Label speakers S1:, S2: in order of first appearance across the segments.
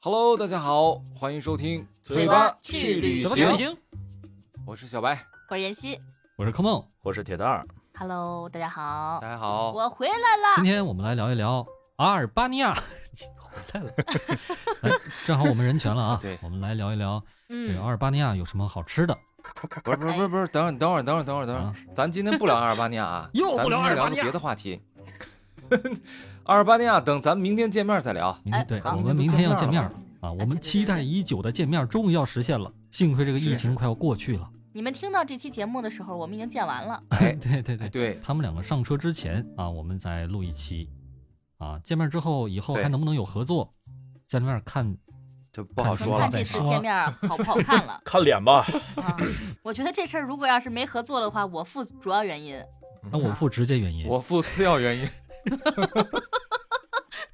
S1: Hello，大家好，欢迎收听
S2: 嘴
S1: 巴
S2: 巴去旅
S1: 行
S2: 行
S3: 怎么去旅行？
S1: 我是小白，
S2: 我是妍希
S3: 我是柯梦。
S4: 我是铁蛋儿，
S2: ，Hello，大家好
S1: 大，家好。
S2: 我回来
S1: 啊
S2: 了。
S3: 今天我们来聊一聊阿尔巴尼亚， 你回来了， 哎正好我们人全了啊。
S1: 对
S3: 我们来聊一聊这个阿
S2: 嗯，
S3: 尔巴尼亚有什么好吃的。
S1: 不是不是不是不是，等会儿等会儿等会儿等会儿等会儿
S3: 啊，
S1: 咱今天不聊阿尔巴尼亚啊，
S3: 又
S1: 咱
S3: 不
S1: 们今
S3: 聊
S1: 天聊
S3: 阿尔巴
S1: 个
S3: 尼亚
S1: 别的话 题。阿尔巴尼亚，等咱们明天见面再聊。
S3: 明
S2: 哎
S3: 天对，
S1: 咱
S3: 我
S1: 们
S3: 们
S1: 都
S3: 明天要
S1: 见
S3: 见
S1: 面
S3: 面
S1: 了
S3: 了啊！我
S2: 对对
S3: 们
S2: 对
S3: 期待已久的见面终于要实现了，幸亏这个疫情快要过去了。
S2: 你们听到这期节目的时候，我们已经见完了。
S1: 哎
S3: 对对对，
S1: 对，
S3: 他们两个上车之前啊，我们再录一期啊。见面之后，以后
S1: 对嗯
S3: 还能不能有合作？见面看
S1: 这不好
S2: 先
S1: 说
S2: 看
S1: 了。
S2: 这次
S3: 说
S2: 见面好不好看了
S4: 看脸吧。
S2: 啊！我觉得这事儿如果要是没合作的话，我负主要原因，
S3: 那我负直接原因。
S1: 我负次要原因。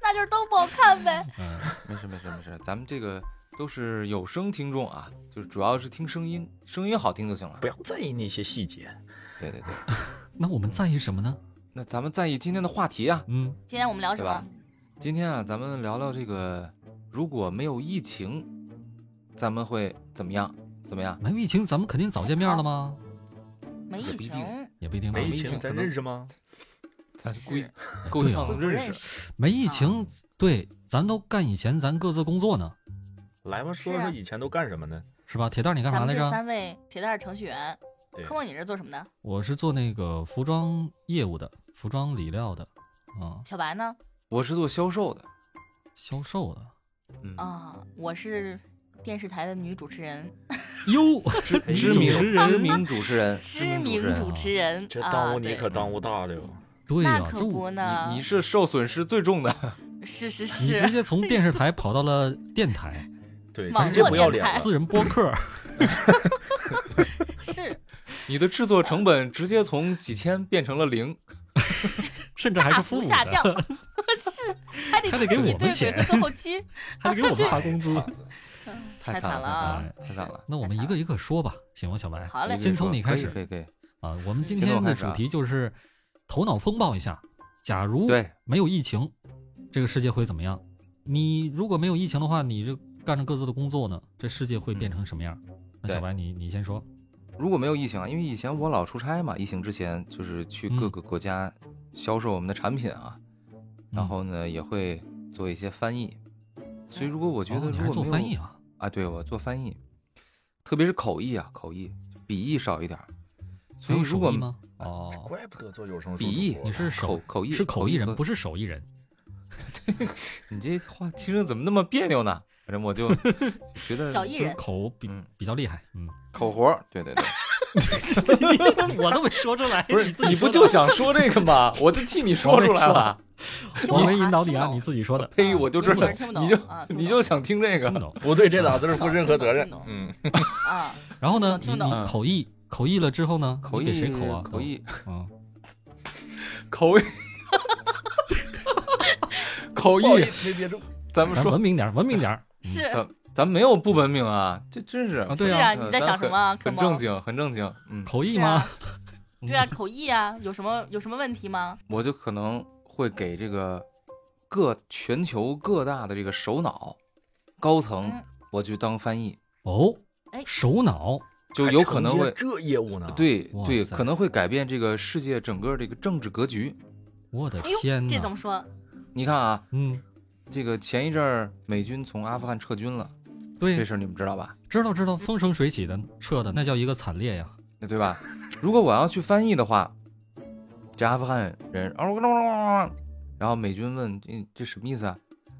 S2: 那就是都不好看呗。
S3: 嗯，
S1: 没事没事没事，咱们这个都是有声听众啊，就是主要是听声音，声音好听就行了
S4: 不。要在意那些细节，
S1: 对对对，
S3: 那我们在意什么呢？
S1: 那咱们在意今天的话题啊，
S3: 嗯，
S2: 今天我们聊什
S1: 对吧
S2: 么？
S1: 今天啊，咱们聊聊这个，如果没有疫情，咱们会怎么样？怎么样？
S3: 没有疫情，咱们肯定早见面了吗？
S2: 没疫
S1: 不一
S2: 情，
S3: 也不一定吧。
S1: 没
S4: 没
S1: 疫
S4: 疫
S1: 情
S4: 情咱认识吗？
S1: 咱
S2: 是
S1: 估 计
S3: 哎
S1: 够
S3: 对
S1: 呛
S3: 啊
S1: 能
S2: 不
S1: 认识。
S2: 认识。
S3: 没疫
S2: 啊
S3: 情，对，咱都干以前咱各自工作呢，
S4: 来吧，说
S2: 是啊
S4: 说以前都干什么呢？
S3: 是吧？铁蛋儿，你干
S2: 咱
S3: 啥
S2: 们
S3: 来
S2: 这
S3: 着？
S2: 三位铁蛋儿程序员，
S4: 对
S2: 科，梦你是做什么的？
S3: 我是做那个服装业务的，服装理料的，啊、
S2: 小白呢？
S1: 我是做销售的，
S3: 销售的。
S1: 嗯，
S2: 啊，我是电视台的女主持人，
S3: 哟，
S1: 知
S4: 哎
S1: 知
S4: 主
S1: 名
S4: 持人
S1: 知名主持人，
S2: 知
S1: 名主持
S2: 名
S1: 人。
S2: 主持人
S4: 这
S2: 啊，
S4: 耽误你
S2: 对
S4: 可耽误大了哟。
S3: 对呀、
S2: 那可
S3: 啊这我
S2: 不呢，
S1: 啊你你是受损失最重的，
S2: 是是
S3: 你
S2: 是
S3: 直，接从电 视台跑到了电台，
S4: 对，
S2: 嗯网
S4: 直接
S2: 络
S4: 不要
S2: 电
S4: 脸
S2: 台
S4: 了。
S3: 私人播客，
S2: 是
S1: 你的制作成本直接从几千变成了零。
S3: 甚至还
S2: 大
S3: 是父
S2: 幅
S3: 母
S2: 下降
S3: 的，，
S2: 是还得
S3: 还得给
S2: 自己
S3: 我们
S2: 对嘴
S3: 钱
S2: 和做后 期，
S3: 还得给 我们发工资。
S1: 太
S2: 太
S1: 惨
S2: 惨
S1: 了，太
S2: 了
S1: 惨
S2: 啊
S1: 了，太惨了。
S3: 那我们一个一个说吧，行吗，小白？
S2: 好嘞
S1: 一个
S3: 先
S1: 说
S3: 从你
S1: 可
S3: 开
S1: 以
S3: 始
S1: 可以可以。
S3: 啊，我们今
S1: 先从我
S3: 天的
S1: 开始
S3: 主
S1: 啊
S3: 题就是头脑风暴一下，假如
S1: 对，
S3: 没有疫情，这个世界会怎么样？你如果没有疫情的话，你这干着各自的工作呢，这世界会变成什么样？那
S1: 对
S3: 小白，你你先说。
S1: 如果没有疫情啊，因为以前我老出差嘛，疫情之前就是去各
S3: 嗯
S1: 个国家销售我们的产品啊，然
S3: 嗯
S1: 后呢也会做一些翻译，所以如果我觉
S3: 哦
S1: 得
S3: 你还
S1: 如
S3: 做
S1: 果
S3: 翻
S1: 没
S3: 译
S1: 有
S3: 啊？
S1: 啊，对我做翻译，特别是口译啊，口译笔译少一点儿，所
S3: 还
S1: 以
S3: 有
S1: 如
S3: 手
S1: 果
S3: 艺吗？
S1: 啊
S4: 这
S3: 哦，
S4: 怪不得做有声书
S1: 比翼
S4: 主播
S3: 你
S4: 呢。
S3: 是
S1: 口
S3: 手
S1: 口译
S3: 是口译人，
S1: 和
S3: 不是手艺人。
S1: 你这话听着怎么那么别扭呢？反正我 就觉得
S2: 小艺
S3: 就是
S2: 人，
S3: 口比
S1: 嗯
S3: 比较厉害， 嗯，
S1: 口活儿，对对对，
S3: 我都没说出来，
S1: 不是你不就想说这个吗？我就 替你说出来了，
S2: 听不
S3: 我
S2: 懂
S3: 没引导
S2: 听
S3: 你
S2: 不
S3: 啊，
S2: 懂
S3: 你自己说的，
S1: 呸！我就知
S2: 有些
S1: 道
S2: 人听不，懂
S1: 你就
S2: 啊听不
S1: 你
S2: 懂
S1: 就想听这
S3: 听
S1: 个，
S3: 不懂。
S4: 不对这俩字儿负
S2: 啊
S4: 任何责任
S2: 听。懂
S4: 嗯，
S2: 啊，
S3: 然后呢，你
S2: 听不
S3: 你
S2: 懂
S3: 口译口译了之后呢，
S1: 口
S3: 你
S1: 译
S3: 给谁口啊？
S1: 口译
S3: 嗯，
S1: 口译 口
S4: 不好意
S1: 译，
S4: 思没憋住。
S1: 咱们
S3: 咱
S1: 说
S3: 文明点儿，文明点 儿。嗯
S2: 是
S1: 咱咱没有不文明啊，这真是
S3: 啊，
S2: 是
S3: 对
S2: 啊，
S3: 啊，
S2: 你
S1: 呃
S2: 在
S1: 咱
S2: 想什么啊？可
S1: 很
S2: 梦
S1: 正，经，很正经。嗯，
S3: 口译
S2: 是
S3: 吗
S2: 啊？对啊，口译啊，有什么有什么问题吗？
S1: 我就可能会给这个各全球各大的这个首脑高层
S2: 嗯，
S1: 我去当翻译，
S3: 哦
S2: 哎，
S3: 首脑
S1: 就有可能
S4: 还
S1: 会
S4: 承接这业务呢？，
S1: 对
S3: 哇
S1: 对，
S3: 塞
S1: 可能会改变这个世界整个这个政治格局。
S3: 我的
S2: 哎呦
S3: 天，
S2: 这
S3: 呐！
S2: 怎么说？
S1: 你看啊，
S3: 嗯，
S1: 这个前一阵儿美军从阿富汗撤军了，这
S3: 对，
S1: 事儿你们知道吧？
S3: 知道知道，风生水起的撤的那叫一个惨烈呀！
S1: 对吧？如果我要去翻译的话，这阿富汗人啊，然后美军问这这什么意思啊？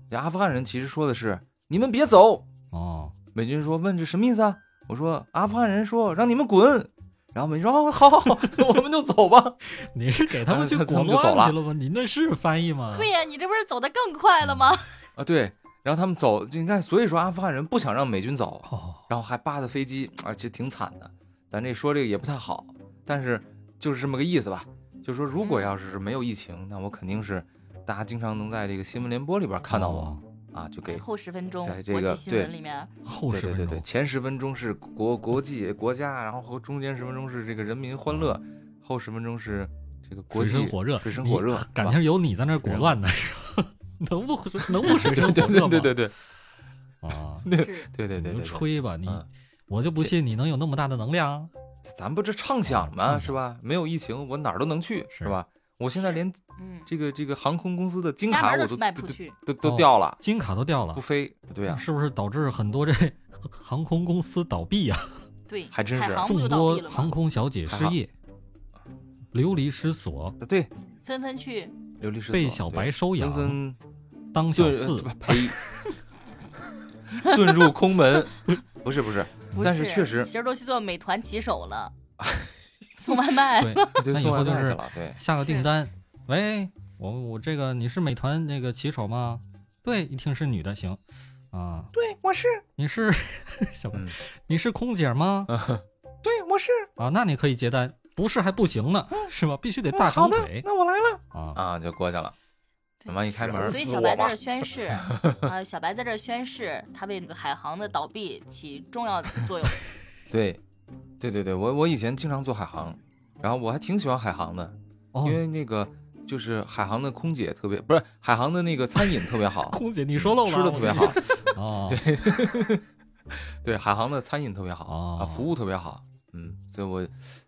S1: 这阿富汗人其实说的是你们别走，
S3: 哦，
S1: 美军说：“问这什么意思啊？”我说：“阿富汗人说让你们滚。”然后美军说：“哦，好好 好，我们就走吧。
S3: 你是给他们去
S1: 他他
S3: 裹
S1: 们就走了
S3: 乱去了吗？你那是翻译吗？
S2: 对呀，你这不是走得更快了吗？”
S1: 啊，对，然后他们走，就你看，所以说阿富汗人不想让美军走，
S3: 哦，
S1: 然后还扒着飞机，啊，其实挺惨的。咱这说这个也不太好，但是就是这么个意思吧。就说如
S3: 嗯
S1: 果要是没有疫情，那我肯定是大家经常能在这个新闻联播里边看到我
S3: 哦
S1: 啊，就给
S2: 后十分钟，
S1: 在这
S2: 国
S1: 个
S2: 际新闻 里面，
S3: 后
S1: 对
S3: 十
S1: 对对
S3: 分
S1: 对，
S3: 钟，
S1: 前十分钟是国国际国家，然后和中间十分钟是这个人民欢乐，后十分钟是这个国
S3: 水
S1: 际
S3: 深火热，
S1: 水深火热啊
S3: 你，
S1: 是吧
S3: 感情有你在那儿裹乱呢，是吧？能不能不水深 火
S1: 对
S3: 热吗？
S1: 对对对对，
S3: 啊，
S2: 是
S1: 对对对
S3: 你就
S1: 对，对
S3: 吹吧，你
S1: 嗯
S3: 我就不信你能有那么大的能量。
S1: 咱不这畅想
S3: 啊
S1: 嘛，
S3: 畅想
S1: 是吧？没有疫情，我哪儿都能去，
S3: 是
S1: 是吧？我现在连
S2: 嗯，
S1: 这个这个航空公司的金
S2: 家
S1: 卡
S2: 门
S1: 我都
S2: 儿都
S1: 都
S2: 迈不出去。
S1: 都都
S3: 哦
S1: 掉了，
S3: 金卡都掉了
S1: 不，飞。对呀，
S3: 是不是导致很多这 航空公司倒闭啊？
S2: 对，
S1: 还真
S2: 海
S1: 是
S2: 航不
S3: 众
S2: 就倒
S3: 多
S2: 闭了
S3: 航
S2: 吗？
S3: 空小姐失业，流离失所，
S1: 对，
S2: 纷纷去
S1: 流离失所
S3: 被小白
S1: 对
S3: 收
S1: 纷
S3: 养，
S1: 纷
S3: 当小
S1: 遁
S3: 四
S1: 呃。呸，遁入空门。不是不是，
S2: 不
S1: 但是确实
S2: 其实都去做美团骑手 了，送外卖。
S3: 对，
S1: 对，
S3: 那以
S1: 送外
S3: 后就
S1: 卖去
S3: 是
S1: 了，对，
S3: 下个订
S2: 是
S3: 单，喂，我我这个你是美团那个骑手吗？对，一听是女的，行，啊，
S1: 对我是，
S3: 你是 小白
S1: 嗯，
S3: 你是空姐吗？
S1: 对我是，
S3: 啊，那你可以接单，不是还不行呢，
S2: 嗯
S3: 是吧？必须得大张腿
S1: 那我来了
S3: 啊，
S1: 啊，就过去了。
S2: 对
S1: 门一开门
S2: 所以
S4: 死
S2: 小
S4: 我
S2: 白在
S4: 吧
S2: 这儿 宣誓啊，小白在这儿宣誓，他为那个海航的倒闭起重要作用。
S1: 对，对对对，我我以前经常做海航，然后我还挺喜欢海航的，
S3: 哦
S1: 因，为那个就是海航的空姐特别，不是海航的那个餐饮特别好，
S3: 空姐你说漏了，
S1: 吃的特别好，
S3: 哦，
S1: 对对，海航的餐饮特别好、啊，
S3: 哦
S1: 服务特别好，嗯，所以我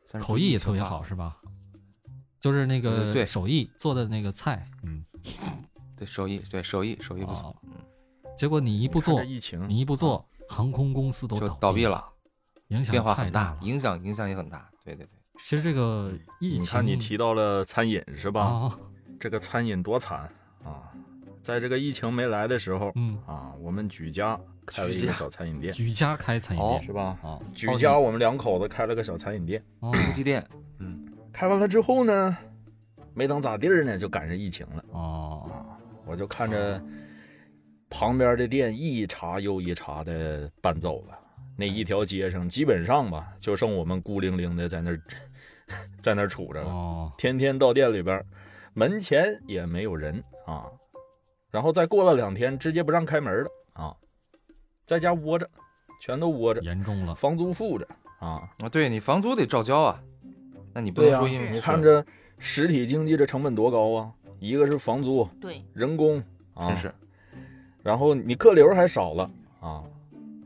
S1: 算是
S3: 口译也特别好，
S1: 吧，
S3: 是吧？就是那
S1: 呃对
S3: 个手艺做的那个菜，嗯，
S1: 对手艺，对手艺手艺不
S3: 哦
S1: 错，嗯，
S3: 结果你一不
S4: 看
S3: 做
S4: 这，疫情，
S3: 你一不做，航空公司都
S1: 就倒闭
S3: 了，
S1: 了，
S3: 影响
S1: 变化
S3: 太
S1: 很大
S3: 了，。
S1: 影响影响也很大，对对对，
S3: 其实这个疫情，
S4: 你看你提到了餐饮是吧？
S3: 啊，
S4: 这个餐饮多惨啊！在这个疫情没来的时候
S3: 嗯，
S4: 啊，我们举家开了一
S1: 举家
S4: 个小餐饮店，
S3: 举家开餐
S1: 哦
S3: 饮店
S4: 是吧？
S3: 啊，
S4: 举家我们两口子开了个小餐饮店，
S3: 哦
S1: 夫妻店，嗯，
S4: 开完了之后呢，没等咋地儿呢，就赶上疫情了。
S3: 哦，
S4: 啊，我就看着旁边的店一茬又一茬的搬走了，那一条街上基本上吧，就剩我们孤零零的在那儿 在那儿杵着了，
S3: 哦，
S4: 天天到店里边儿，门前也没有人啊。然后再过了两天，直接不让开门了啊，在家窝着，全都窝着，
S3: 严重了，
S4: 房租付着啊。
S1: 啊，对你房租得照交啊，那你不
S4: 对
S1: 能
S4: 呀
S1: 说因为
S2: 是
S4: 你看这实体经济这成本多高啊，一个是房租、
S2: 对，
S4: 人工啊，
S1: 真是
S4: 然后你客流还少了啊，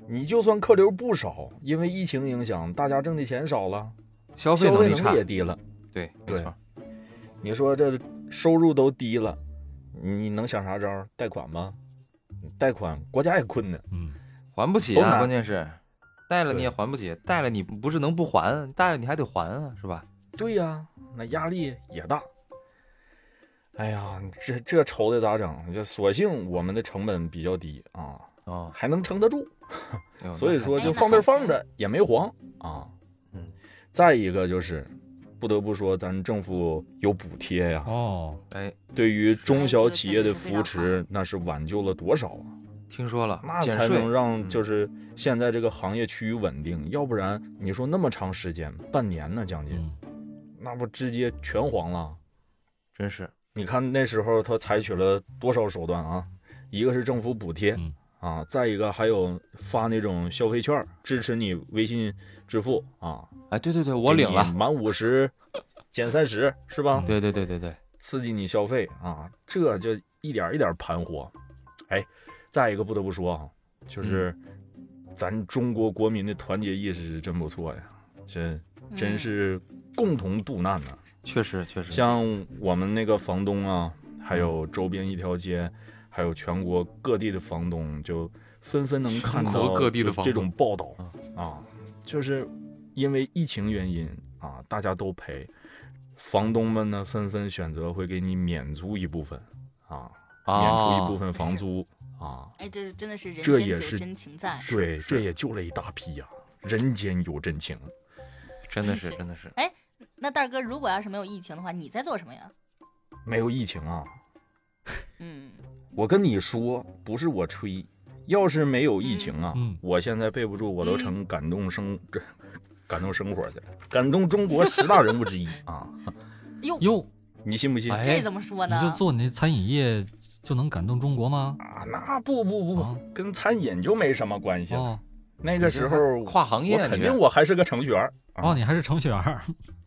S4: 你就算客流不少，因为疫情影响，大家挣的钱少了，
S1: 消费
S4: 消费
S1: 能力
S4: 能
S1: 差
S4: 力，也低了，
S1: 对，没
S4: 对
S1: 错，
S4: 你说这收入都低了，你能想啥招儿？贷款吗？贷款国家也困呢，
S3: 嗯，
S1: 还不起
S4: 都
S1: 啊，
S4: 拿
S1: 关键是。贷了你
S4: 对
S1: 也还不起，贷了你不是能不还，贷了你还得还啊，是吧？
S4: 对呀、那压力也大。哎呀，你这这愁的咋整？这索性我们的成本比较低啊，
S1: 哦，
S4: 还能撑得住。
S1: 哎呦
S4: 所以
S1: 那
S4: 说
S1: 太
S4: 就
S2: 哎
S4: 放那
S2: 那
S4: 儿
S2: 还
S4: 放
S2: 行
S4: 着也没黄啊。
S1: 嗯，
S4: 再一个就是，不得不说咱政府有补贴呀、
S3: 哦，
S1: 哎，
S4: 对于中小企业的
S2: 啊这
S4: 扶
S2: 个确实是非常
S4: 持，那是挽救了多少啊！
S1: 听说了，
S4: 那
S1: 减
S4: 才
S1: 税
S4: 能让就
S1: 嗯
S4: 是现在这个行业趋于稳定，要不然你说那么长时间，半年呢将近，
S3: 嗯，
S4: 那不直接全黄了？
S1: 真是
S4: 你看那时候他采取了多少手段啊？一个是政府补贴
S3: 嗯，
S4: 啊，再一个还有发那种消费券儿，支持你微信支付啊，
S1: 哎，对对对，我
S4: 给
S1: 领
S4: 你
S1: 了，嗯
S4: 满五十减三十是吧？
S1: 对对对对对，
S4: 刺激你消费啊，这就一点一点盘活。哎，再一个不得不说啊，就是
S1: 嗯
S4: 咱中国国民的团结意识是真不错呀，这真
S2: 嗯
S4: 是共同渡难呐、
S1: 确实确实，
S4: 像我们那个房东啊，还有周边一条街，还有全国各地的房东，就纷纷能看
S1: 全
S4: 到
S1: 国各地的
S4: 就
S1: 房东嗯
S4: 这种报道啊，就是因为疫情原因啊，大家都赔，房东们呢纷纷选择会给你免租一部分啊，免除一部
S1: 哦，
S4: 分房租啊，
S2: 哎，这是真的是人
S4: 这
S2: 间
S4: 也
S2: 自
S4: 是
S2: 有真情在。
S4: 对，
S1: 是
S4: 这也救了一大批呀、人间有真情。
S1: 真的是真的是，
S2: 那蛋儿哥，如果要是没有疫情的话，你在做什么呀？
S4: 没有疫情啊，
S2: 嗯，
S4: 我跟你说，不是我吹，要是没有疫情啊，
S3: 嗯
S4: 我现在背不住，我都成感动生 这、感动生活去了，感动中国十大人物之一啊！
S2: 哟，
S3: 哟，
S4: 你信不信？
S2: 这
S1: 哎，
S2: 怎么说
S3: 你
S2: 呢？
S3: 就做你那餐饮业就能感动中国吗？
S4: 啊，那不不不，
S3: 啊
S4: 跟餐饮就没什么关系了。
S3: 哦
S4: 那个时候，
S1: 跨行业
S4: 我
S1: 啊，
S4: 肯
S1: 你
S4: 定
S1: 这
S4: 我还是个程序员儿。啊
S3: 哦，你还是程序员 儿，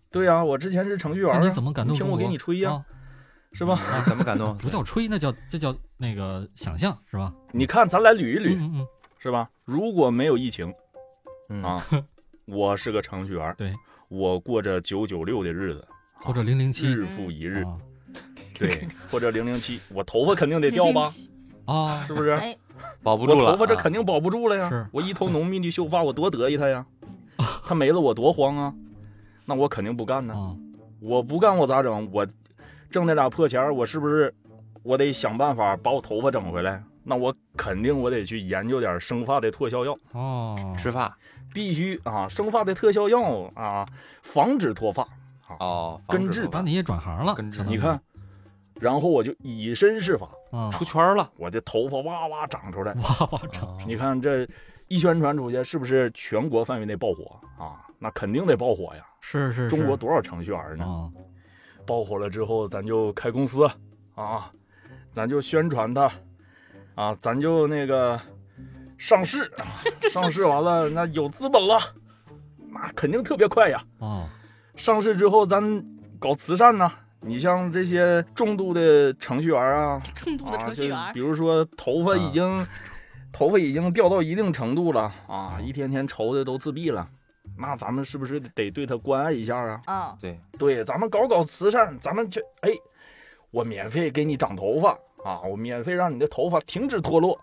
S4: 对呀、我之前是程序员儿
S3: 那
S4: 啊。
S3: 你怎么感动
S4: 听
S3: 中
S4: 我
S3: 国？
S4: 给你吹呀、
S3: 啊
S4: 是吧？
S1: 啊 怎么感动？
S3: 不叫吹，那叫这叫那个想象是吧？
S4: 你看，咱来捋一捋，
S3: 嗯嗯
S4: 是吧？如果没有疫情
S1: 嗯
S4: 啊，我是个程序员，
S3: 对，
S4: 我过着九九六的日子，
S3: 或者零零七
S4: 日复一日，
S3: 啊
S4: 对，或者零零七，我头发肯定得掉 吧，
S3: 啊
S4: 是不是？
S2: 哎，
S1: 保不
S4: 我
S1: 住了啊，
S4: 头发这肯定保不住了呀，
S3: 是
S4: 我一头浓密的秀发，我多得意它呀，它没了我多慌啊，那我肯定不干呢。
S3: 啊，
S4: 我不干我咋整？我挣那俩破钱儿，我是不是我得想办法把我头发整回来？那我肯定我得去研究点生发的特效药，
S3: 哦，
S1: 吃饭
S4: 必须啊，生发的特效药啊，防止脱发。
S1: 哦，
S4: 根
S1: 防
S4: 治
S1: 止头
S3: 当
S1: 发
S3: 你也转行了，
S1: 跟着
S3: 相当于
S4: 你看，然后我就以身试法，
S3: 啊，
S1: 出圈了，
S4: 我的头发哇哇长出来。
S3: 哇哇长，
S1: 啊
S4: 你看这一宣传出去，是不是全国范围内爆火啊？那肯定得爆火呀！
S3: 是是是
S4: 中国多少程序员呢？
S3: 啊，
S4: 爆火了之后，咱就开公司啊，咱就宣传它啊，咱就那个上市，啊上市完了那有资本了，那肯定特别快呀。
S3: 哦，
S4: 上市之后，咱搞慈善呐，你像这些重度的程序员啊，
S2: 重度的程序员
S4: 啊，
S2: 儿
S4: 就比如说头发已经、头发已经掉到一定程度了啊，一天天愁的都自闭了，那咱们是不是得对他关爱一下啊？
S2: 啊，
S1: 对，
S4: 对，咱们搞搞慈善，咱们去，哎，我免费给你长头发啊，我免费让你的头发停止脱落，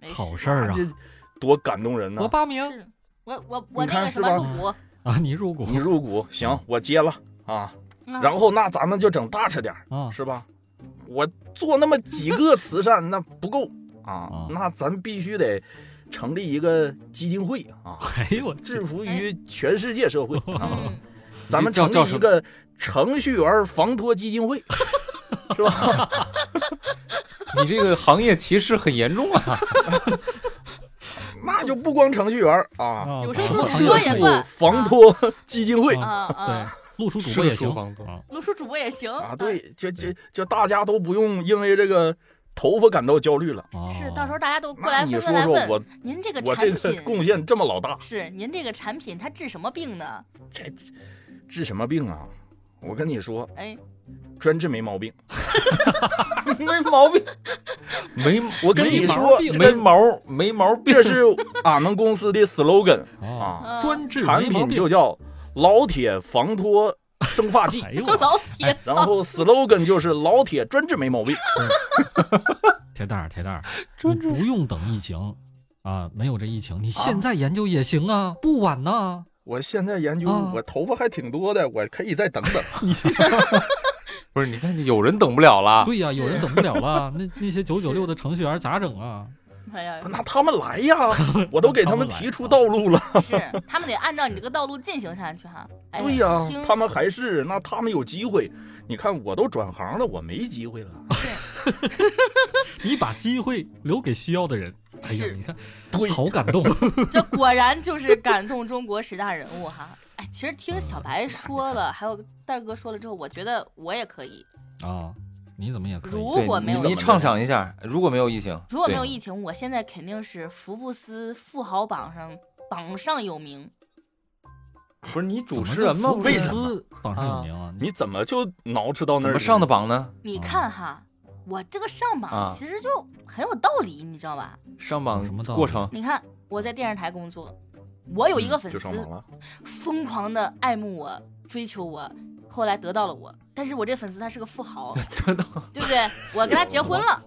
S2: 没
S3: 好
S2: 事
S3: 事儿
S4: 啊
S3: 啊，
S4: 这多感动人呐
S3: 我！报名
S2: 是我我我
S4: 你
S2: 那
S4: 看
S2: 个
S4: 是
S2: 什么
S4: 吧
S2: 入股，
S3: 啊，你入股
S4: 你入股行，我接了啊，
S2: 嗯
S4: 然后那咱们就整大车点儿，
S3: 啊，
S4: 是吧？我做那么几个慈善那不够啊
S3: 啊，
S4: 那咱必须得成立一个基金会啊，
S3: 哎呦我
S4: 制服于全世界社会啊。
S2: 嗯，
S4: 咱们
S1: 这
S4: 成
S1: 叫
S4: 立一个程序员防脱基金会，是吧？
S1: 你这个行业歧视很严重啊，
S4: 那就不光程序员啊，
S3: 啊
S2: 有声
S3: 啊
S2: 书
S3: 啊
S2: 说也
S3: 是
S2: 算
S4: 防脱 基金会
S3: 啊
S2: 啊啊，
S3: 对，录书主播也行
S1: 是房东
S3: 啊，
S2: 录书主播也行
S4: 啊，，对，就就就大家都不用因为这个头发感到焦虑了。
S3: 啊
S2: 是到时候大家都过
S4: 哦那
S2: 来
S4: 你
S2: 纷
S4: 说
S2: 纷来
S4: 说
S2: 问
S4: 我
S2: 您这个
S4: 我
S2: 产
S4: 这
S2: 品
S4: 个贡献这么老大，
S2: 是您这个产品它治什么病呢？
S4: 治什么病啊？我跟你说，
S2: 哎，
S4: 专治没毛病，没毛病。
S1: 没，
S4: 我跟你
S1: 没毛
S4: 说，
S1: 病
S4: 这
S1: 没毛没毛病，
S4: 这是俺们公司的 slogan
S3: 啊，
S4: 啊，
S2: 嗯
S3: 专治
S4: 产
S3: 没毛
S4: 品
S3: 病
S4: 就，叫老铁防脱生发剂。
S3: 哎呦我
S2: 老铁
S4: 然后 slogan 就是老铁专治没毛病，
S3: 铁蛋儿铁 蛋儿，你不用等疫情啊，没有这疫情，你现在研究也行啊，不晚呐，
S4: 我现在研究，
S3: 啊
S4: 我头发还挺多的，我可以再等等。
S1: 不是？你看有人等不了
S4: 啊
S1: 了，
S3: 对呀，有人
S2: 是
S3: 等不了 了，那那些九九六的程序员咋整啊？
S2: 哎呀，
S4: 那他们来呀，我都给他们提出道路了。
S2: 是他们得按照你这个道路进行下去哈。哎、
S4: 对呀、
S2: 听
S4: 他们还是那他们有机会。你看，我都转行了，我没机会了。
S3: 你把机会留给需要的人。哎呀，
S2: 是
S3: 你看，
S4: 对
S3: 好感动啊
S2: 这果然就是感动中国十大人物哈。 哎，其实听小
S4: 嗯
S2: 白说了，还有蛋儿哥说了之后，我觉得我也可以。
S3: 啊！你怎么也可以
S2: 如
S1: 对
S2: 果没
S1: 你
S2: 有
S1: 你
S2: 疫情，
S1: 畅想一下，如果没有疫情，
S2: 如果没
S1: 对
S2: 有疫情，我现在肯定是福布斯富豪榜上榜上有名。
S1: 不是你
S3: 怎
S1: 主
S3: 么
S1: 持
S3: 就
S1: 人吗？
S3: 福布
S1: 为什么
S3: 斯榜上有名啊？
S4: 你怎么就挠吃到那
S1: 怎
S4: 儿
S1: 么
S4: 了？
S1: 上的榜呢？
S2: 你
S4: 哦
S2: 看哈，我这个上
S1: 啊
S2: 榜其实就很有道理，你知道吧？
S1: 上
S3: 有
S1: 榜
S3: 什么道理
S1: 过程
S2: 你看我在电视台工作，我有一个
S4: 嗯
S2: 粉
S4: 就
S2: 丝
S4: 上榜了。
S2: 疯狂的爱慕我、追求我，后来得到了我。但是我这粉丝他是个 富豪，
S1: 得到
S2: 对不对？
S1: 啊
S2: 我跟他结婚了，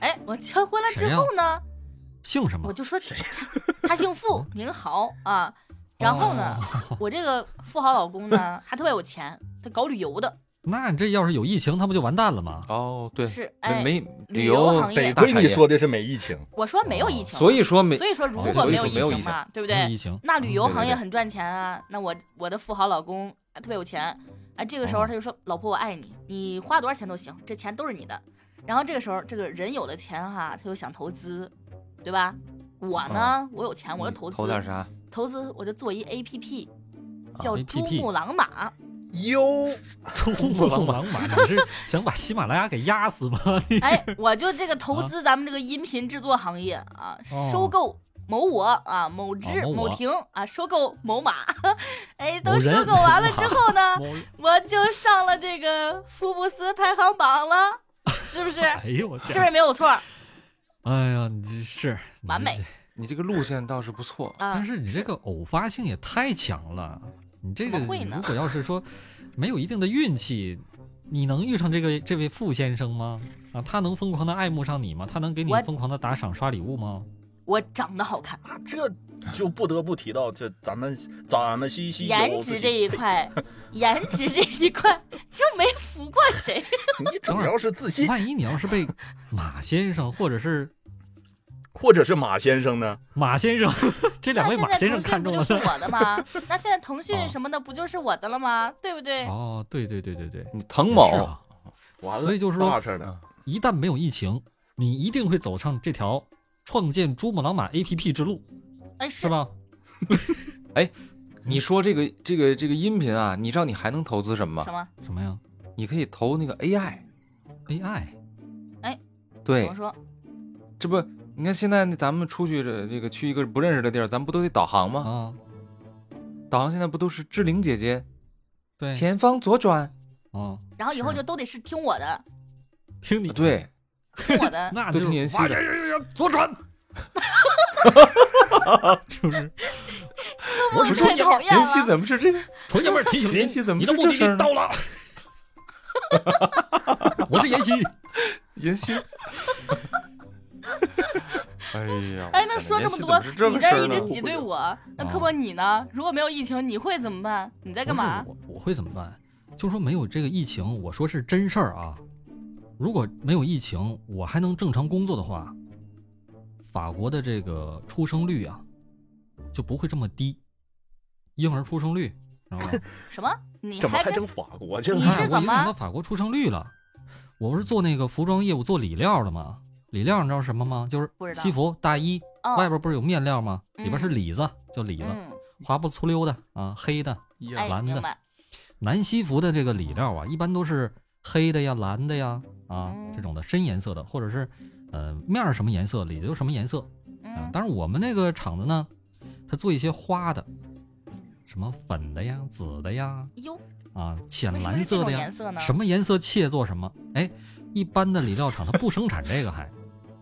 S2: 哎，我结婚了之后呢，
S1: 嗯
S3: 姓什
S2: 我
S3: 么？
S2: 就说他姓傅，名豪啊。然后呢，
S1: 哦
S2: 我这个富豪老公呢， 还特别有钱，他搞旅游的，
S3: 那你这要是有疫情，他不就完蛋了吗？
S1: 哦，对，
S2: 是哎。
S1: 没旅
S2: 旅游
S1: 游
S2: 行业
S1: 得
S2: 得
S1: 大产业，
S4: 的是没疫情，
S2: 我说没有疫
S1: 哦
S2: 情，
S1: 所以说没
S2: 所以说如
S1: 对
S2: 果
S1: 所以
S2: 没
S1: 说
S2: 有
S1: 没有疫
S2: 情
S1: 情嗯
S2: 嘛，对不
S3: 没有
S2: 对
S3: 疫？情，
S2: 那旅游行业
S1: 对对对
S2: 很赚钱啊。那我我的富豪老公啊特别有钱，哎，这个时候
S3: 哦
S2: 他就说：“老婆，我爱你，你花多少钱都行，这钱都是你的。”然后这个时候，这个人有了钱哈，他又想投资，对吧？我
S3: 哦
S2: 呢，我有啊钱，我
S3: 嗯
S2: 就投资，
S1: 嗯投点啥？
S2: 投资我就做一 A P P，叫
S3: ，APP
S2: 珠穆朗玛。
S4: 哟，
S3: 珠穆朗玛，你是想把喜马拉雅给压 死吗？你
S2: 哎，我就这个投资咱们这个音频制作行业啊，
S3: 啊哦
S2: 收购某我啊、某知、
S3: 哦某我
S2: 某婷啊，收购某马， 哎，
S3: 某
S2: 都收
S3: 人
S2: 购完了 之后呢，
S3: 我
S2: 我就上了这个福布斯排行榜了，是不是？
S3: 哎呦我
S2: 是不
S3: 天！
S2: 是没有错？
S3: 哎呀，你这是
S2: 完美，嗯
S3: 你
S1: 你这个路线倒是不错，
S2: 啊
S3: 但，是你这个偶发性也太强了，你这个
S2: 怎么会呢
S3: 如果要是说没有一定的运气，你能遇上这个这位傅先生吗？啊，他能疯狂的爱慕上你吗？他能给你
S2: 我
S3: 疯狂的打赏刷礼物吗？
S2: 我长得好看，
S4: 啊这就不得不提到这咱们咱们西西
S2: 颜值这一，块， 颜值这一块就没服过谁。
S4: 你主要是自信，
S3: 万一你要是被马先生或者是
S4: 或者是马先生呢？
S3: 马 先生这 两
S2: 那
S3: 位
S2: 现
S3: 马
S2: 在
S3: 先
S2: 腾
S3: 生看
S2: 讯不
S3: 中
S2: 就是
S3: 了
S2: 我的 吗？那现在腾
S3: 哦
S2: 讯什么的不就是我的了吗？对不对？
S3: 哦，对对对对对，
S1: 你滕
S3: 是
S1: 某
S3: 啊，
S4: 完了，
S3: 所以就是说
S4: 大事儿了。
S3: 一旦没有疫情，你一定会走上这条创建珠穆朗玛 APP 之路，
S2: 哎，
S3: 哦是
S2: 是
S3: 吧？
S1: 你说这个这个这个音频啊，你知道你还能投资什么
S2: 什
S1: 吗？
S2: 么？
S3: 什么呀
S1: 你可以投那个 AI，
S3: ？AI
S2: 怎
S1: 对
S2: 么，说？
S1: 这不，你看现在那咱们出去这这个去一个不认识的地儿，咱们不都得导航吗？
S3: 啊，
S1: 导航现在不都是志玲姐姐，
S3: 对，
S1: 前方左转？
S3: 啊，
S2: 然后以后
S3: 是
S2: 就都得是听我 的，
S3: 听你的，
S1: 对，
S2: 听我的。
S3: 那
S1: 啊都
S3: 就
S1: 听妍希
S3: 哇
S1: 的
S3: 呀呀呀，左转，是不是？我是
S2: 这么太
S3: 纯爷
S2: 讨
S3: 们，
S2: 厌
S1: 妍希
S2: 了。
S1: 怎么是这样？
S3: 纯爷们儿提醒
S1: 妍希怎
S3: 您，
S1: 么
S3: 你的
S1: 是
S3: 目的
S1: 这声
S3: 地
S1: 儿呢
S3: 到了。 我是妍希，
S1: 妍希， 哎呀，
S2: 哎，那说这
S1: 妍
S2: 么
S1: 希怎
S2: 多，
S1: 是这
S2: 你
S1: 个
S2: 在
S1: 声儿
S2: 一直
S1: 呢
S2: 挤兑我。那
S3: 啊
S2: 科博你呢？如果没有疫情，你会怎么办？你哎在干嘛
S3: 不？是我我会怎么办？就说没有这个疫情，我说是真事儿啊。如果没有疫情，我还能正常工作的话，法国的这个出生率啊，就不会这么低，婴儿出生率，知道吗？
S2: 什么？你
S4: 怎么
S2: 还
S4: 还
S2: 跟
S4: 整法国去
S2: 你
S4: 了？
S3: 哎
S2: 是
S3: 我
S2: 怎
S3: 影
S2: 么
S3: 响到法国出生率了？我不是做那个服装业务做里料的吗？里料你知道什么吗？就是
S2: 不知道
S3: 西服大衣、
S2: 哦
S3: 外边不是有面料吗？里边是
S2: 嗯
S3: 里子，叫里子，
S2: 嗯，
S3: 花不粗溜的啊，黑的。
S2: 哎，
S3: 蓝的
S2: 明白。
S3: 南西服的这个里料啊，一般都是黑的呀、蓝的呀啊
S2: 哦嗯
S3: 这种的深颜色的，或者是呃面儿什么颜色，里头什么颜色啊。
S2: 嗯，
S3: 但是我们那个厂子呢，它做一些花的，什么粉的呀、紫的呀
S2: 哟，
S3: 啊、浅
S2: 为什么
S3: 蓝
S2: 是这
S3: 色
S2: 种
S3: 的呀，
S2: 颜色呢？
S3: 什么颜色切做什么。哎，一般的里料厂它不生产这个还，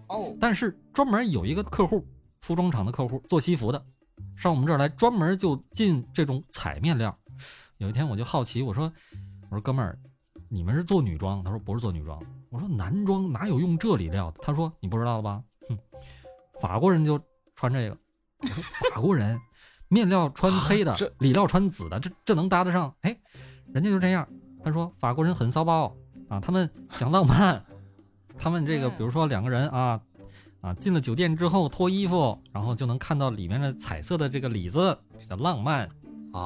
S2: 哦，
S3: 但是专门有一个客户，服装厂的客户做西服的，上我们这儿来专门就进这种彩面料。有一天我就好奇，我说我说哥们儿，你们是做女装？他说不是做女装。我说男装哪有用这里料的？他说你不知道了吧？哼，法国人就穿这个。我说法国人面料穿黑的
S1: 啊这，
S3: 里料穿紫的，这这能搭得上？哎，人家就这样。他说法国人很骚包啊，他们讲浪漫，他们这个
S2: 嗯
S3: 比如说两个人啊啊进了酒店之后脱衣服，然后就能看到里面的彩色的这个里子，比较浪漫。，
S1: 啊？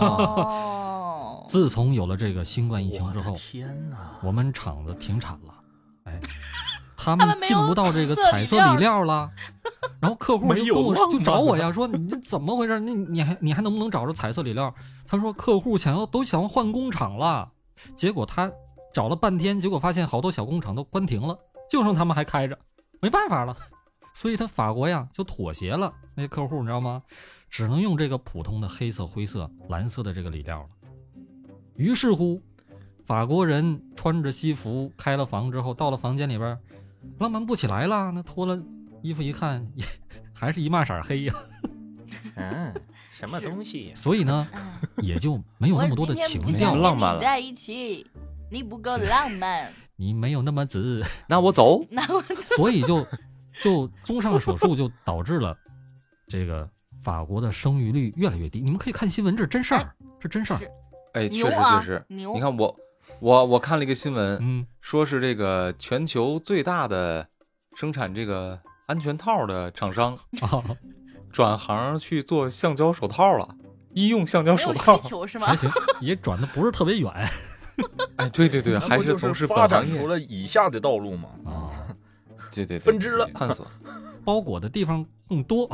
S2: 哦
S3: 自从有了这个新冠疫情之后
S4: 我的，天哪！
S3: 我们厂子停产了，哎，他
S2: 们
S3: 们进不到这个彩色里料了。然后客户就跟
S4: 没
S3: 我
S4: 有浪漫
S3: 就找我呀，说你这怎么回事？那你还你还能不能找着彩色里料？他说客户想要都想要换工厂了，结果他找了半天，结果发现好多小工厂都关停了，就剩他们还开着，没办法了。所以他法国呀就妥协了，那些客户你知道吗？只能用这个普通的黑色、灰色、蓝色的这个里料了。于是乎，法国人穿着西服开了房之后，到了房间里边儿，浪漫不起来了。那脱了衣服一看，也还是一嘛色儿黑呀、
S4: 嗯，什
S2: 么东
S4: 西？
S3: 所以呢，
S2: 哎
S3: 也就没有那么多的情
S2: 我今天
S3: 调
S1: 了
S2: 不想跟
S3: 了，
S1: 浪漫
S2: 你在一起，你不够浪漫。
S3: 你没有那么直，
S1: 那我走，
S2: 那我
S3: 所以就就综上所述，就导致了这个法国的生育率越来越低。你们可以看新闻，这是真事儿，这真事儿。
S2: 是
S1: 哎，确
S2: 牛
S1: 实
S2: 啊
S1: 确实，，
S4: 哦
S2: 牛！
S1: 你看我我我看了一个新闻，
S3: 嗯，
S1: 说是这个全球最大的生产这个安全套的厂商
S3: 哦，
S1: 转行去做橡胶手套了，医用橡胶
S2: 没
S1: 手
S2: 有
S1: 套
S2: 需。求是
S3: 还
S2: 吗？
S3: 行，也转的不是特别 远啊、
S1: 哎，对对对，
S4: 那
S1: 还
S4: 不就是
S1: 从事
S4: 发
S1: 本行
S4: 展
S1: 业
S4: 出，了以下的道路吗？
S3: 啊
S1: 对对对
S4: 分支了
S1: 对对探索。
S3: 包裹的地方更多，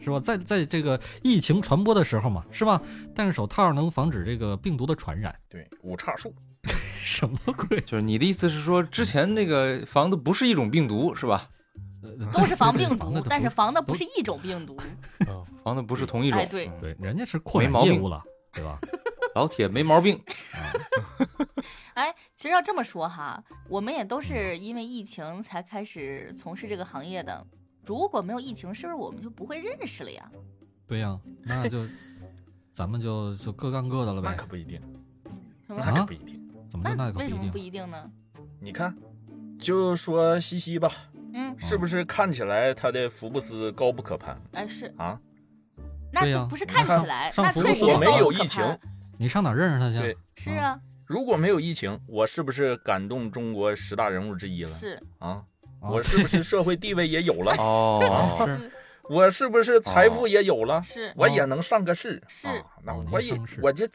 S3: 是吧？在在这个疫情传播的时候嘛，是吧？戴上手套能防止这个病毒的传染，
S4: 对，五叉树，
S3: 什么鬼？
S1: 就是你的意思是说，之前那个防的不是一种病毒是吧？
S2: 都是 防病
S3: 防的
S2: 毒
S3: 都，
S2: 但是防的不
S3: 都
S2: 是一种病毒。
S1: 防的不是同一种。
S2: 哎对
S1: 嗯
S3: 对，人家是扩
S1: 没
S3: 展
S1: 毛
S3: 业
S1: 病
S3: 务了，对吧？啊
S1: 老铁没毛 病。
S2: 哎，其实要这么说哈，我们也都是因为疫情才开始从事这个行业的。如果没有疫情，是不是我们就不会认识了呀？
S3: 对呀、那就咱们就就各干各的了
S4: 那
S3: 呗
S4: 可。不一定，
S2: 是
S4: 那
S3: 啊
S2: 吧？
S4: 可不一定。
S3: 怎么就
S2: 那
S3: 那可
S2: 为什么
S3: 一
S2: 不
S3: 定？
S2: 一定呢？
S4: 你看，就说西西吧，
S3: 啊
S2: 嗯，
S4: 是不是看起来他的福布斯高不可攀
S2: 哎是，
S4: 啊？
S2: 那
S3: 对
S2: 就
S3: 呀
S2: 不是看
S3: 上
S2: 起来，
S3: 上
S2: 那
S3: 福
S2: 确
S3: 布
S2: 实
S3: 斯
S4: 我
S3: 吧
S4: 没
S2: 高不
S4: 有
S2: 可
S4: 疫情，
S2: 攀
S3: 你上哪儿认识他
S4: 对
S2: 是
S3: 去？
S2: 啊，
S4: 如果没有疫情，我是不是感动中国十大人物之一了
S2: 是
S4: 啊？
S3: 啊
S4: 我是不是社会地位也有了？啊
S1: 哦，
S3: 是
S4: 我是不
S3: 啊
S4: 是财富也有了？
S2: 是
S4: 我也能上个市？
S2: 是
S4: 啊，那
S3: 哦
S4: 我
S3: 你
S4: 也
S3: 上市
S4: 我这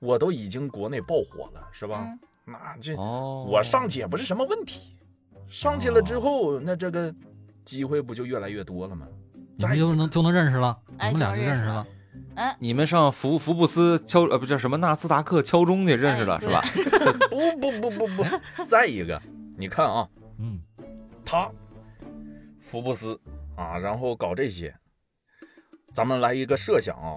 S4: 我都已经国内爆火了，是吧？
S2: 嗯
S4: 那这
S1: 哦，
S4: 我上去也不是什么问题，上去了
S3: 哦
S4: 之后，那这个机会不就越来越多了吗？
S3: 你们就能就能认识了，你
S2: 哎
S3: 们俩
S2: 就
S3: 就
S2: 能认
S3: 认识
S2: 识了
S3: 了。
S2: 哎
S1: 你们上福福布斯敲呃不叫什么纳斯达克敲钟去认识了、
S2: 哎
S1: 是吧？
S4: 不不不不不，再一个，你看啊，
S3: 嗯，
S4: 他福布斯啊，然后搞这些，咱们来一个设想啊，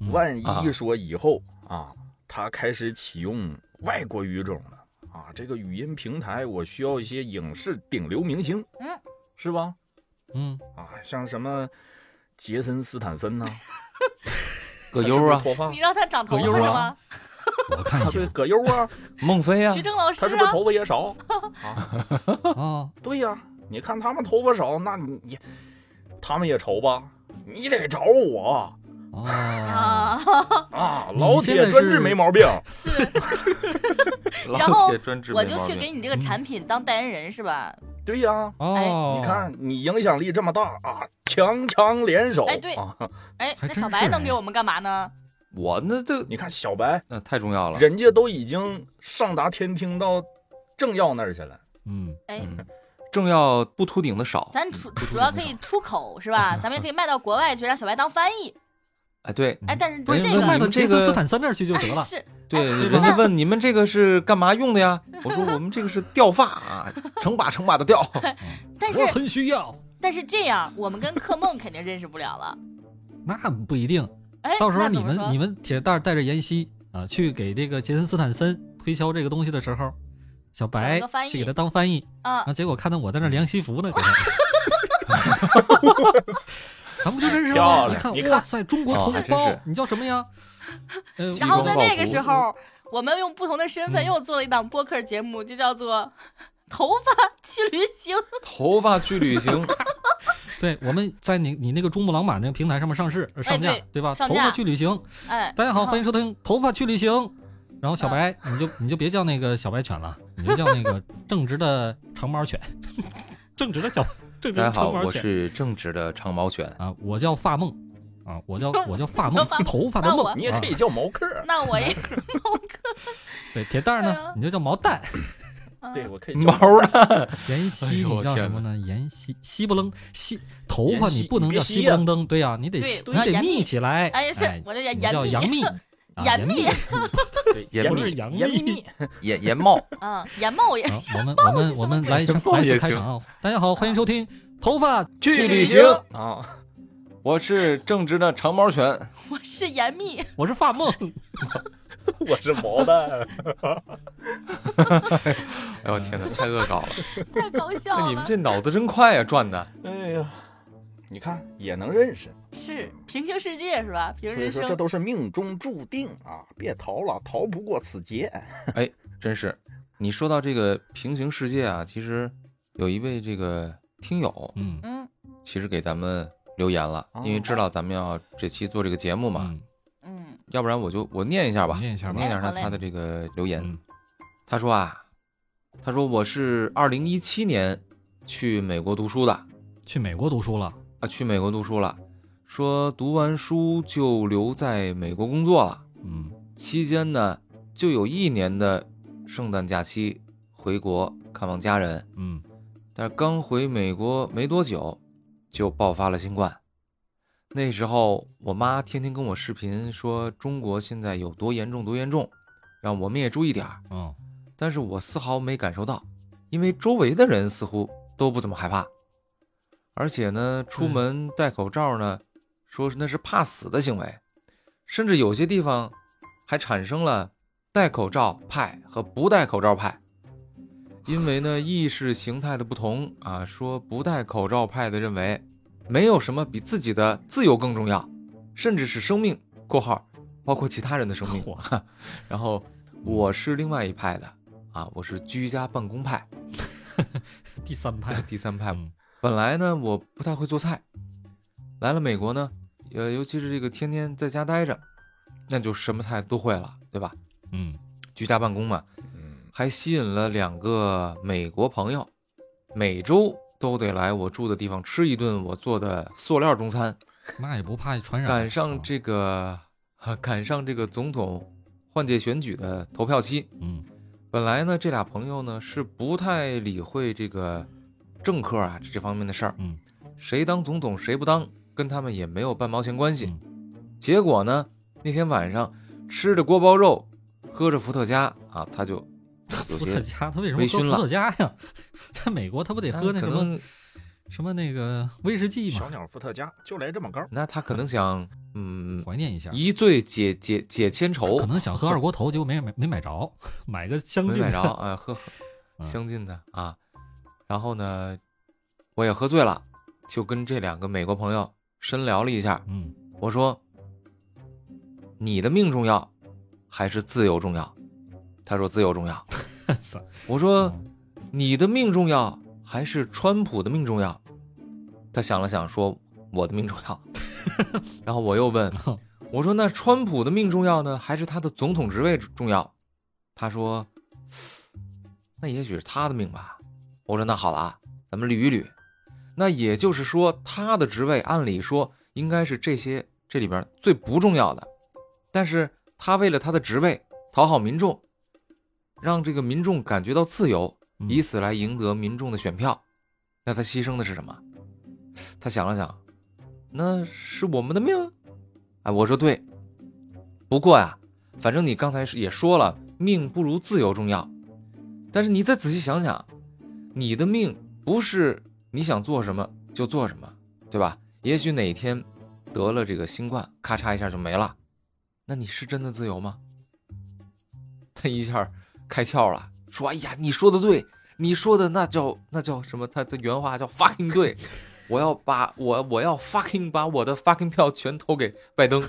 S3: 嗯
S4: 万
S1: 啊
S4: 一说以后啊，他开始启用外国语种了啊，这个语音平台我需要一些影视顶流明星，
S2: 嗯，
S4: 是吧？
S3: 嗯，
S4: 啊，像什么杰森斯坦森呐、
S1: 葛优啊
S4: 他是不是，脱发
S2: 嗯你，让他长头
S3: 葛
S2: 发
S3: 优
S2: 是
S4: 啊
S2: 吗？
S3: 我看
S4: 他
S3: 一
S4: 对
S3: 下
S4: 葛优 啊，
S1: 孟非啊
S2: 徐，峥老师
S4: 他是不是
S2: 啊，
S4: 头发也少啊？
S3: 啊，
S4: 对呀、你看他们头发少，那你你他们也愁吧？你得找我
S3: 哦，
S2: 啊，
S4: 啊！
S3: 你
S4: 老
S3: 现
S4: 铁
S3: 在
S4: 专治
S3: 是
S4: 没毛病，
S2: 是，
S1: 老
S2: 然后
S1: 铁专治
S2: 我
S1: 没
S2: 就
S1: 毛
S2: 去
S1: 病
S2: 给你这个产品当代言人是吧？
S4: 对呀、
S3: 哦，
S2: 哎
S4: 你看你影响力这么大啊，强强联手。
S2: 哎对
S4: 啊，
S2: 哎，
S3: 还
S2: 那
S3: 真
S2: 小
S3: 是
S2: 白能
S3: 哎
S2: 给我们干嘛呢？
S1: 我那这
S4: 你看小白，
S1: 那太重要了，
S4: 人家都已经上达天听到政要那儿去了。
S3: 嗯，
S2: 哎，
S1: 嗯，政要不秃顶的少，
S2: 咱主主要可以出口是吧？咱们也可以卖到国外去，让小白当翻译。
S1: 哎对
S2: 哎，但是
S1: 哎
S2: 这
S1: 那
S3: 就
S1: 个
S3: 卖
S1: 你
S3: 到
S1: 们
S3: 杰
S1: 这
S3: 森
S1: 个
S3: 斯坦森那儿去就得
S2: 哎
S3: 了。
S2: 是
S1: 对，人家问你们这个是干嘛用的呀？我说我们这个是掉发啊，成把成把的 掉，
S2: 但是
S3: 我很需要，
S2: 但是这样，我们跟克梦肯定认识不了了。
S3: 那不一定。
S2: 哎，
S3: 到时候
S2: 那
S3: 你
S2: 怎么
S3: 们
S2: 说
S3: 你们铁蛋儿带着妍希啊，去给这个杰森斯坦森推销这个东西的时候，小白
S2: 找个翻译
S3: 去给他当翻译，
S2: 啊
S3: 然，后结果看到我在那儿量西 服呢，给他。 咱们就认识了
S4: 漂
S3: 吗？
S4: 亮
S3: 你看，
S4: 你看
S3: 哇塞，中国
S1: 哦
S3: 同
S1: 还真
S3: 胞
S1: 是，
S3: 你叫什么呀？呃，
S1: 西
S2: 然后
S1: 装
S2: 在
S1: 暴
S2: 那个
S1: 徒
S2: 时候，我们用不同的身份
S3: 嗯
S2: 又做了一档播客节目，就叫做 《头发去旅行》。
S1: 头发去旅 行，
S3: 对，我们在你你那个珠穆朗玛那个平台上面上市呃上架
S2: 哎对，
S3: 对吧？
S2: 上
S3: 头
S2: 架
S3: 发去旅行，
S2: 哎，
S3: 大家好，
S2: 然后
S3: 欢迎收听《头发去旅行》。然后小白，
S2: 嗯
S3: 你就你就别叫那个小白犬了，你就叫 那个正直的长毛犬，正直的 小正直
S1: 大
S3: 的
S1: 家好，
S3: 长毛
S1: 我
S3: 犬
S1: 是正直的长毛犬，
S2: 哎
S3: 啊！我叫发梦啊，我叫我叫发
S2: 我
S3: 梦
S2: 叫 发，梦
S3: 头发的
S2: 那
S3: 梦
S2: 我。
S4: 你也可以
S3: 啊
S4: 叫毛克，
S2: 那我
S1: 哎
S2: 也
S3: 对铁蛋儿
S2: 哎
S3: 呢
S2: 呀，
S3: 你就叫毛蛋。
S2: 嗯
S4: 对我可以
S1: 毛
S4: 叫。
S1: 呢？
S3: 妍
S1: 哎
S3: 希，
S1: 呦
S3: 你
S1: 我
S3: 叫
S1: 天
S3: 什么呢？妍希，稀不楞稀，头
S4: 妍
S3: 发
S4: 希
S3: 你不能
S4: 你别
S3: 叫稀
S4: 稀
S3: 不
S4: 呀
S3: 楞登，对呀，你得
S2: 对
S3: 你
S2: 我要
S3: 得
S2: 严
S3: 密
S2: 密
S3: 起来。
S2: 哎是，我就叫
S3: 你
S2: 严
S3: 叫
S2: 密
S3: 杨幂，啊
S2: 严
S3: 幂
S2: 密
S4: 对
S1: 严
S4: 严
S1: 密
S4: 密
S3: 杨
S4: 严
S3: 幂
S4: 密，
S1: 眼眼 帽，
S2: 嗯，严茂也
S3: 好，我们我们我们来一场
S1: 报
S3: 来一次
S1: 也
S3: 开
S1: 行
S3: 场啊！大家好，欢迎收听《头发
S1: 去旅行，
S4: 啊！
S1: 我是正直的长毛犬，
S2: 我是严密，
S3: 我是发梦》
S4: 我是毛蛋，
S1: 哎呦天哪，太恶 搞了！
S2: 太搞笑
S1: 那
S2: 了。
S1: 你们这脑子真快呀，转的。
S4: 哎呀，你看也能认识，
S2: 是平行世界是吧？平
S4: 所
S2: 行
S4: 以
S2: 人
S4: 说
S2: 生
S4: 这都是命中注定啊！别逃了，逃不过此劫。
S1: 真是，你说到这个平行世界啊，其实有一位这个听友，
S3: 嗯。
S2: 嗯
S1: 其实给咱们留言了，因为知道咱们要这期做这个节目嘛，
S3: 哦嗯，
S2: 嗯
S1: 要不然我就我念一下吧，
S3: 念一下吧
S1: 念一下他
S2: 好嘞
S1: 他的这个留言。
S3: 嗯
S1: 他说啊，他说我是二零一七年去美国读书的
S3: 去美国读书了，
S1: 啊，去美国读书了，说读完书就留在美国工作了，
S3: 嗯，
S1: 期间呢就有一年的圣诞假期回国看望家人。
S3: 嗯，
S1: 但是刚回美国没多久，就爆发了新冠。那时候我妈天天跟我视频说中国现在有多严重多严重，让我们也注意点儿。
S3: 哦，
S1: 但是我丝毫没感受到，因为周围的人似乎都不怎么害怕，而且呢，出门戴口罩呢，说那是怕死的行为，甚至有些地方还产生了戴口罩派和不戴口罩派，因为呢意识形态的不同啊，说不戴口罩派的认为没有什么比自己的自由更重要，甚至是生命（括号包括其他人的生命）。 然后我是另外一派的啊，我是居家办公派，，
S3: 第三派
S1: 第三派。
S3: 嗯
S1: 本来呢，我不太会做菜，来了美国呢，呃，尤其是这个天天在家待着，那就什么菜都会了，对吧？
S3: 嗯
S1: 居家办公嘛，
S4: 嗯，
S1: 还吸引了两个美国朋友，每周都得来我住的地方吃一顿我做的塑料中餐。
S3: 那也不怕传染。
S1: 赶上
S3: 啊，
S1: 这个， 赶上这个总统换届选举的投票期。
S3: 嗯
S1: 本来呢，这俩朋友呢是不太理会这个政客啊这方面的事儿，
S3: 嗯，
S1: 谁当总统谁不当，跟他们也没有半毛钱关系。
S3: 嗯
S1: 结果呢，那天晚上吃着锅包肉，喝着伏特加啊，他就有
S3: 伏特
S1: 些
S3: 加，他为什么
S1: 微醺
S3: 喝伏
S1: 了嗯
S3: 特加呀？ 在美国他不得喝那
S1: 可
S3: 什么
S1: 能
S3: 什么那个威士忌
S4: 小
S3: 嘛，
S4: 鸟伏特加就来这 么高，
S1: 那他可能想，嗯，
S3: 怀念一下。
S1: 一醉解解解千愁
S3: 可，能想喝二锅头，结果没买没买着， 买个相
S1: 哦没
S3: 近
S1: 买着，
S3: 的。
S1: 啊，喝喝
S3: 嗯
S1: 相近的啊。然后呢，我也喝醉了，就跟这两个美国朋友深聊了一下。
S3: 嗯，
S1: 我说：“你的命重要，还是自由重要？”他说：“自由重要。
S3: 操”
S1: 我说
S3: 嗯：“
S1: 你的命重要，还是川普的命重要？”他想了想说：“我的命重要。”然后我又问：“我说那川普的命重要呢，还是他的总统职位重要？他说，那也许是他的命吧。我说那好了啊，咱们捋一捋。那也就是说，他的职位按理说应该是这些这里边最不重要的，但是他为了他的职位讨好民众，让这个民众感觉到自由，
S3: 嗯
S1: 以此来赢得民众的选票。那他牺牲的是什么？他想了想，那是我们的命啊。啊，我说对。不过呀、反正你刚才是也说了，命不如自由重要。但是你再仔细想想，你的命不是你想做什么就做什么，对吧？也许哪天得了这个新冠，咔嚓一下就没了，那你是真的自由吗？他一下开窍了，说：“哎呀，你说的对，你说的那叫那叫什么？他他原话叫 fucking 对， 我要把我我要 fucking 把我的 fucking 票全投给拜 登。”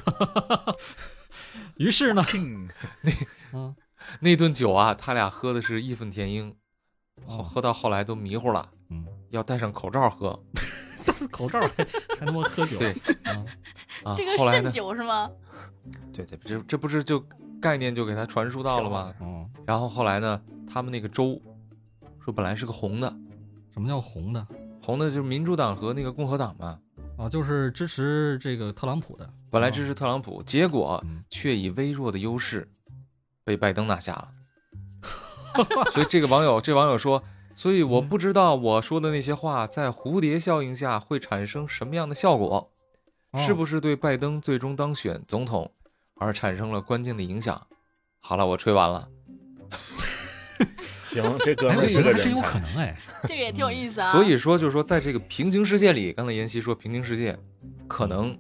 S3: 于是呢，
S4: 嗯
S3: 嗯，
S1: 那顿酒啊，他俩喝的是义愤填膺，
S2: 哦
S1: 后喝到后来都迷糊了，
S3: 嗯，
S1: 要戴上口罩喝
S3: 口罩还还他妈喝酒，
S1: 对
S3: 嗯，
S1: 啊。
S2: 这个
S1: 后来
S2: 肾
S1: 呢？
S2: 酒是吗？
S1: 对对，这这不是就概念就给他传输到了吗？
S3: 嗯，
S1: 然后后来呢，他们那个州说本来是个红的，
S3: 什么叫红的
S1: 红的就是民主党和那个共和党嘛，
S3: 啊？就是支持这个特朗普的，
S1: 本来支持特朗普，结果
S3: 啊嗯
S1: 却以微弱的优势被拜登拿下 了。所以这个网友，这网友说，所以
S3: 嗯
S1: 我不知道我说的那些话在蝴蝶效应下会产生什么样的效果。
S3: 哦
S1: 是不是对拜登最终当选总统而产生了关键的影响？好了，我吹完了。
S4: 行，这哥
S3: 哎
S4: 们儿
S3: 我
S4: 是
S3: 觉
S4: 个
S3: 得还真
S4: 人
S3: 有可
S4: 才，
S3: 能哎，
S2: 这个也挺有意思啊。
S1: 所以说，就是说，在这个平行世界里，刚才妍希说平行世界可能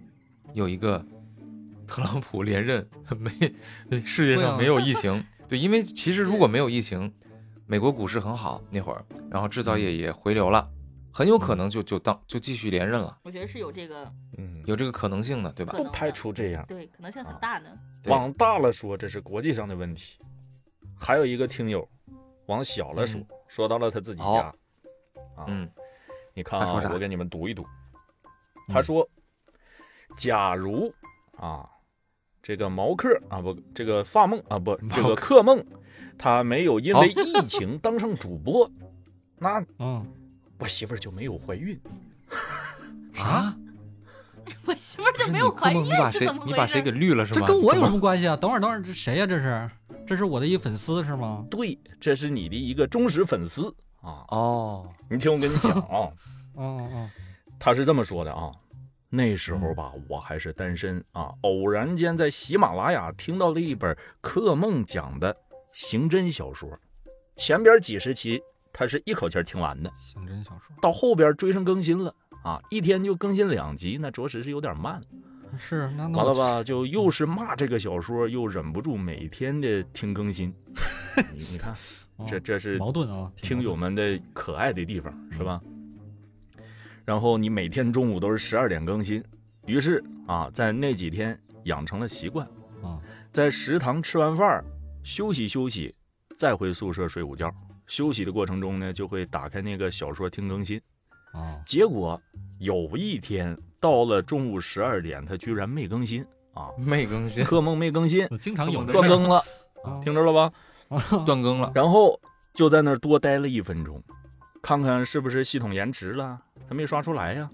S1: 有一个特朗普连任，没世界
S3: 对啊
S1: 上没有疫 情。对，因为其实如果没有疫情，美国股市很好那会儿，然后制造业也回流了，很有可能就就当就继续连任了，
S2: 我觉得是有这个
S4: 嗯，
S1: 有这个可能性的，对吧
S2: 可？
S4: 不
S2: 能的
S4: 排除这样。
S2: 对可能性
S1: 啊
S2: 很大呢。
S1: 对
S4: 往大了说，这是国际上的问题。还有一个听友，往小了说，
S1: 嗯
S4: 说到了他自己家
S1: 好。
S4: 啊，
S1: 嗯，
S4: 你看
S1: 他说啥嗯
S4: 啊，我给你们读一读。他说：“假如啊，这个毛克啊不，这个发梦啊不，这个克梦，他没有因为
S1: 哦
S4: 疫情当上主播，那
S3: 嗯，
S4: 我媳妇儿就没有怀孕。
S1: 啊，
S2: 我媳妇儿
S1: 不
S2: 就是没
S1: 你
S2: 有怀
S1: 克
S2: 孕
S1: 蒙，你把
S2: 是
S1: 谁
S2: 怎么
S1: 你把
S2: 回
S1: 谁给
S2: 事？
S1: 绿了是
S3: 这
S1: 吗？
S3: 跟我
S1: 怎
S3: 有什
S1: 么
S3: 么关系啊？等会儿等会儿，这谁呀？这是这是我的一粉丝是吗？
S4: 对，这是你的一个忠实粉丝啊。
S1: 哦，，
S4: 你听我跟你讲啊，
S3: 嗯嗯
S4: 他是这么说的啊。”那时候吧，我还是单身啊。偶然间在喜马拉雅听到了一本克梦讲的刑侦小说，前边几十期他是一口气儿听完的。
S3: 嗯，刑侦小说
S4: 到后边追上更新了啊，一天就更新两集，那着实是有点慢。
S3: 是那那
S4: 完
S3: 我
S4: 了吧，就又是骂这个小说，又忍不住每天的听更 新。你你看，
S3: 哦
S4: 这这是
S3: 矛盾啊，挺
S4: 听
S3: 矛
S4: 友们的可爱的地方，是吧？然后你每天中午都是十二点更新。于是啊，在那几天养成了习惯，
S3: 啊，
S4: 在食堂吃完饭儿休息休息，再回宿舍睡午觉。休息的过程中呢，就会打开那个小说听更新。
S3: 啊，
S4: 结果有一天到了中午十二点，他居然没更新啊
S1: 没更 新，
S4: 课梦没更新，
S3: 我经常有的
S1: 事儿
S4: 断更了，
S3: 啊
S4: 听着了吧？
S1: 断更了。
S4: 然后就在那儿多待了一分钟，看看是不是系统延迟了，他没刷出来呀。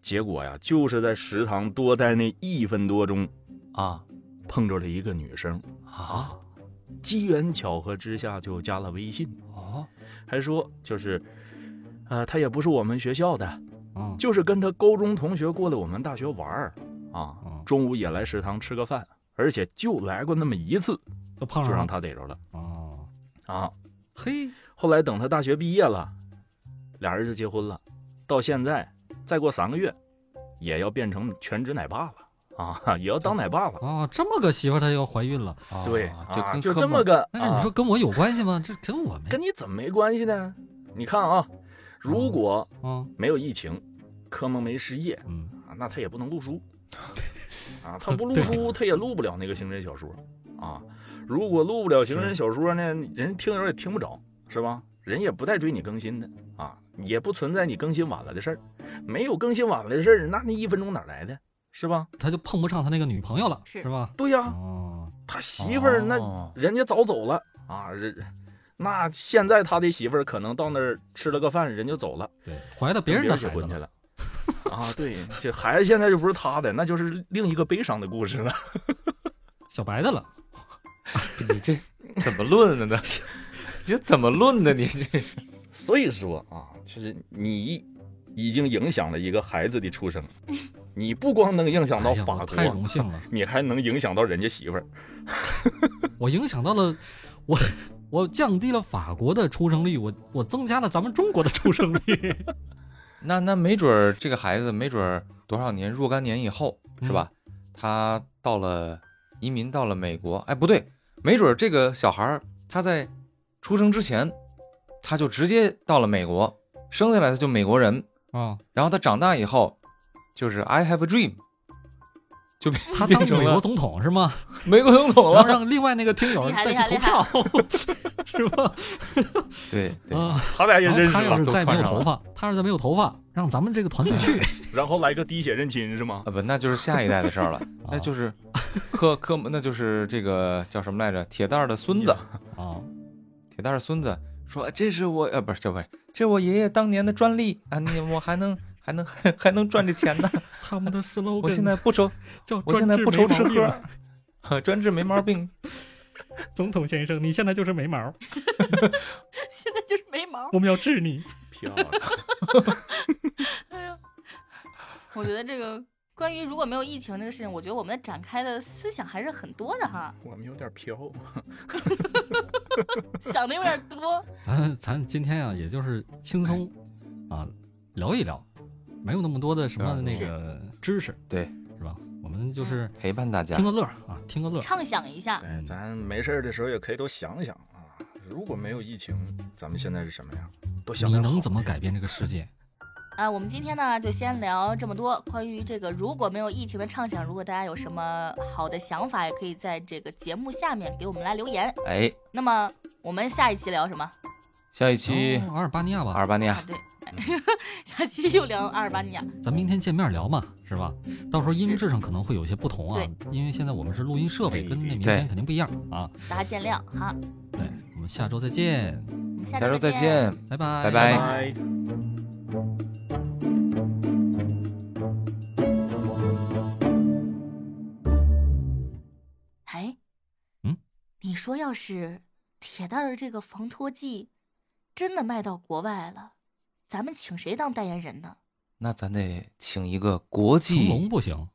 S4: 结果呀，就是在食堂多待那一分多钟，
S1: 啊
S4: 碰着了一个女生，
S1: 啊
S4: 机缘巧合之下就加了微信，
S1: 哦，
S4: 还说就是，呃，她也不是我们学校的，
S3: 啊
S4: 就是跟她高中同学过来我们大学玩儿啊，
S3: 啊，
S4: 中午也来食堂吃个饭，而且就来过那么一次，
S3: 就碰
S4: 就
S3: 上
S4: 让
S3: 了
S4: 她逮着了
S3: 啊，
S4: 啊。
S1: 嘿，
S4: 后来等他大学毕业了，俩人就结婚了，到现在再过三个月，也要变成全职奶爸了啊，也要当奶爸了。
S3: 哦，这么个媳妇儿她要怀孕了，
S1: 啊
S4: 对
S1: 就
S4: 啊，
S1: 跟
S4: 就
S1: 科
S4: 这
S1: 目
S4: 么个，
S3: 但是你说
S4: 啊
S3: 跟我有关系吗？这跟我没
S4: 跟你怎么没关系呢？你看啊，
S1: 哦
S4: 如果
S3: 啊，
S4: 没有疫情，科蒙没失业
S3: 嗯，
S4: 啊，那他也不能录 书啊，他不录书，他也录不了那个刑侦小说啊。如果录不了刑侦小说呢，人听友也听不着，是吧？人也不带追你更新的啊，也不存在你更新晚了的事儿，没有更新晚了的事儿，那那一分钟哪来的，是吧？
S3: 他就碰不上他那个女朋友了，
S2: 是啊
S3: 是吧？
S4: 对呀、
S3: 哦，
S4: 他媳妇儿那
S1: 哦
S4: 人家早走了啊，人那现在他的媳妇儿可能到那儿吃了个饭，人就走了，
S3: 对，怀了
S4: 别
S3: 别人的
S4: 人结
S3: 孩子
S4: 婚去
S3: 了
S4: 了。 啊，对，这孩子现在就不是他的，那就是另一个悲伤的故事了。
S3: 小白的了，
S1: 你这怎么论的呢？ 你这怎么论的？你这是
S4: 所以说啊，就是你已经影响了一个孩子的出 生，你不光能影响到
S3: 哎呀
S4: 法
S3: 我
S4: 国，
S3: 太荣幸了，
S4: 你还能影响到人家媳妇儿。
S3: 我影响到了我，我降低了法国的出生率，我我增加了咱们中国的出生 率，
S1: 那那没准儿这个孩子没准儿多少年若干年以后是吧？他到了移民到了美国，哎不对，没准儿这个小孩儿他在出生之前他就直接到了美国，生下来他就美国人，
S3: 啊，
S1: 然后他长大以后就是 I have a dream，就变
S3: 他当
S1: 变
S3: 美
S1: 成
S3: 国
S1: 了
S3: 总统是吗？
S1: 美国总统
S3: 然后
S1: 了。
S3: 让另外那个听友
S2: 厉害
S3: 再
S2: 厉害
S3: 去投票，是吧？
S1: 对对，
S3: 啊，
S4: 他俩也
S3: 然后
S4: 认识
S3: 他要
S4: 了
S3: 是，再没有
S1: 都穿上
S3: 头
S1: 了
S3: 发，他要是再没有头发，让咱们这个团 队去，
S4: 然后来个滴血认亲是吗
S1: 啊？不，那就是下一代的事儿 了，
S3: 啊
S1: 那就是科科那就是这个叫什么来着？铁蛋儿的孙子，
S3: 啊，
S1: 铁蛋儿孙子说这是我呃不是这不是这我爷爷当年的专利啊，你我还能还能 还能赚这钱 呢，
S3: 他们的 slogan
S1: 我现在不愁
S3: 叫
S1: 我现在不愁吃
S3: 专治没毛
S1: 喝，啊专治没毛病。
S3: 病，总统先生，你现在就是没毛，
S2: 现在就是没毛。
S3: 我们要治你。
S4: 漂亮，
S2: 哎呀，我觉得这个关于如果没有疫情这个事情，我觉得我们展开的思想还是很多的哈，
S4: 我们有点飘。
S2: 想的有点 多。
S3: 咱咱今天啊，也就是轻松
S1: 哎
S3: 啊聊一聊，没有那么多的什
S1: 对
S3: 么那个知识，
S1: 啊对，嗯
S3: 是吧？我们就是
S1: 陪伴大家
S3: 听，个乐儿啊，听个乐儿。
S2: 畅想一下，
S4: 对，哎咱没事儿的时候也可以多想想啊，如果没有疫情，咱们现在是什么样？多想
S3: 你
S4: 想
S3: 能怎么改变这个世界？
S2: 啊，我们今天呢就先聊这么多关于这个如果没有疫情的畅想。如果大家有什么好的想法，也可以在这个节目下面给我们来留言。
S1: 哎，
S2: 那么我们下一期聊什么？
S1: 下一期
S3: 哦阿尔巴尼亚
S1: 阿
S3: 吧，
S1: 尔巴尼
S2: 啊
S1: 亚，，
S2: 对， 下期又聊阿尔巴尼亚。
S3: 咱明天见面聊嘛，是吧？到时候音质上可能会有一些不同啊，因为现在我们是录音设备，跟那明天
S1: 对
S3: 肯定不一样啊。
S2: 大家见谅哈，
S3: 对，我们下周再见，
S2: 我们
S1: 下周再
S2: 见。
S1: 见。
S3: 拜拜，
S1: 拜拜
S4: 拜。
S2: 哎，
S3: 嗯，
S2: 你说要是铁蛋儿这个防脱剂真的卖到国外了，咱们请谁当代言人呢？
S1: 那咱得请一个国
S3: 成龙
S1: 际
S3: 不行，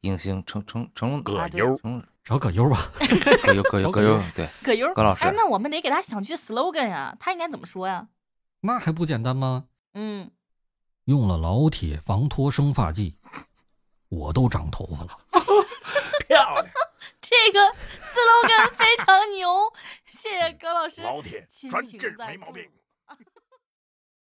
S1: 影星成成成龙
S4: 葛
S2: 啊对
S4: 优，
S1: 成龙
S3: 找葛优吧。
S1: 葛优葛优葛优对。
S2: 葛优，
S1: 葛老师
S2: 哎，那我们得给他想句 slogan 呀、他应该怎么说呀？
S3: 那还不简单吗？
S2: 嗯，
S3: 用了老铁防脱生发剂，我都长头发了。
S4: 漂亮，
S2: 这个 slogan 非常牛，谢谢葛老师，
S1: 嗯
S4: 老铁，
S2: 亲
S4: 专
S2: 情
S4: 治
S2: 在
S4: 没毛
S2: 度
S4: 病。